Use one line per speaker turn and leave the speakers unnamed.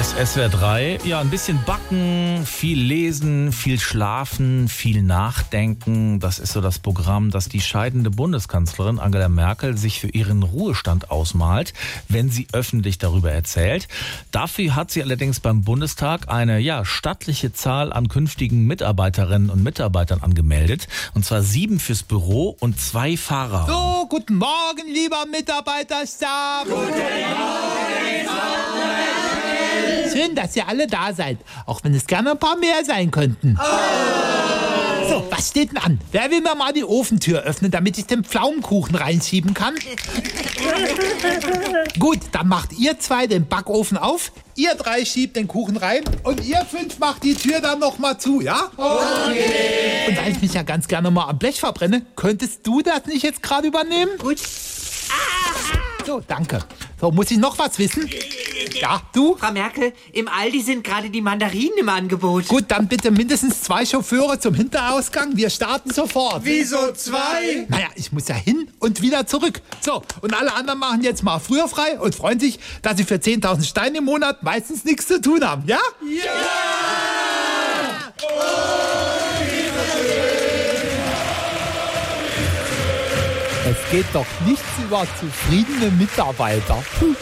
ist SWR 3. Ja, ein bisschen backen, viel lesen, viel schlafen, viel nachdenken. Das ist so das Programm, das die scheidende Bundeskanzlerin Angela Merkel sich für ihren Ruhestand ausmalt, wenn sie öffentlich darüber erzählt. Dafür hat sie allerdings beim Bundestag eine ja, stattliche Zahl an künftigen Mitarbeiterinnen und Mitarbeitern angemeldet. Und zwar sieben fürs Büro und zwei Fahrer.
So, guten Morgen, lieber Mitarbeiterstab. Guten Morgen. Schön, dass ihr alle da seid, auch wenn es gerne ein paar mehr sein könnten. So, was steht denn an? Wer will mir mal die Ofentür öffnen, damit ich den Pflaumenkuchen reinschieben kann? Gut, dann macht ihr zwei den Backofen auf, ihr drei schiebt den Kuchen rein und ihr fünf macht die Tür dann nochmal zu, ja? Und weil ich mich ja ganz gerne mal am Blech verbrenne, könntest du das nicht jetzt gerade übernehmen? Gut. So, danke. So, muss ich noch was wissen? Ja, du?
Frau Merkel, im Aldi sind gerade die Mandarinen im Angebot.
Gut, dann bitte mindestens zwei Chauffeure zum Hinterausgang. Wir starten sofort.
Wieso zwei?
Naja, ich muss ja hin und wieder zurück. So, und alle anderen machen jetzt mal früher frei und freuen sich, dass sie für 10.000 Steine im Monat meistens nichts zu tun haben, ja? Es geht doch nichts über zufriedene Mitarbeiter. Puh.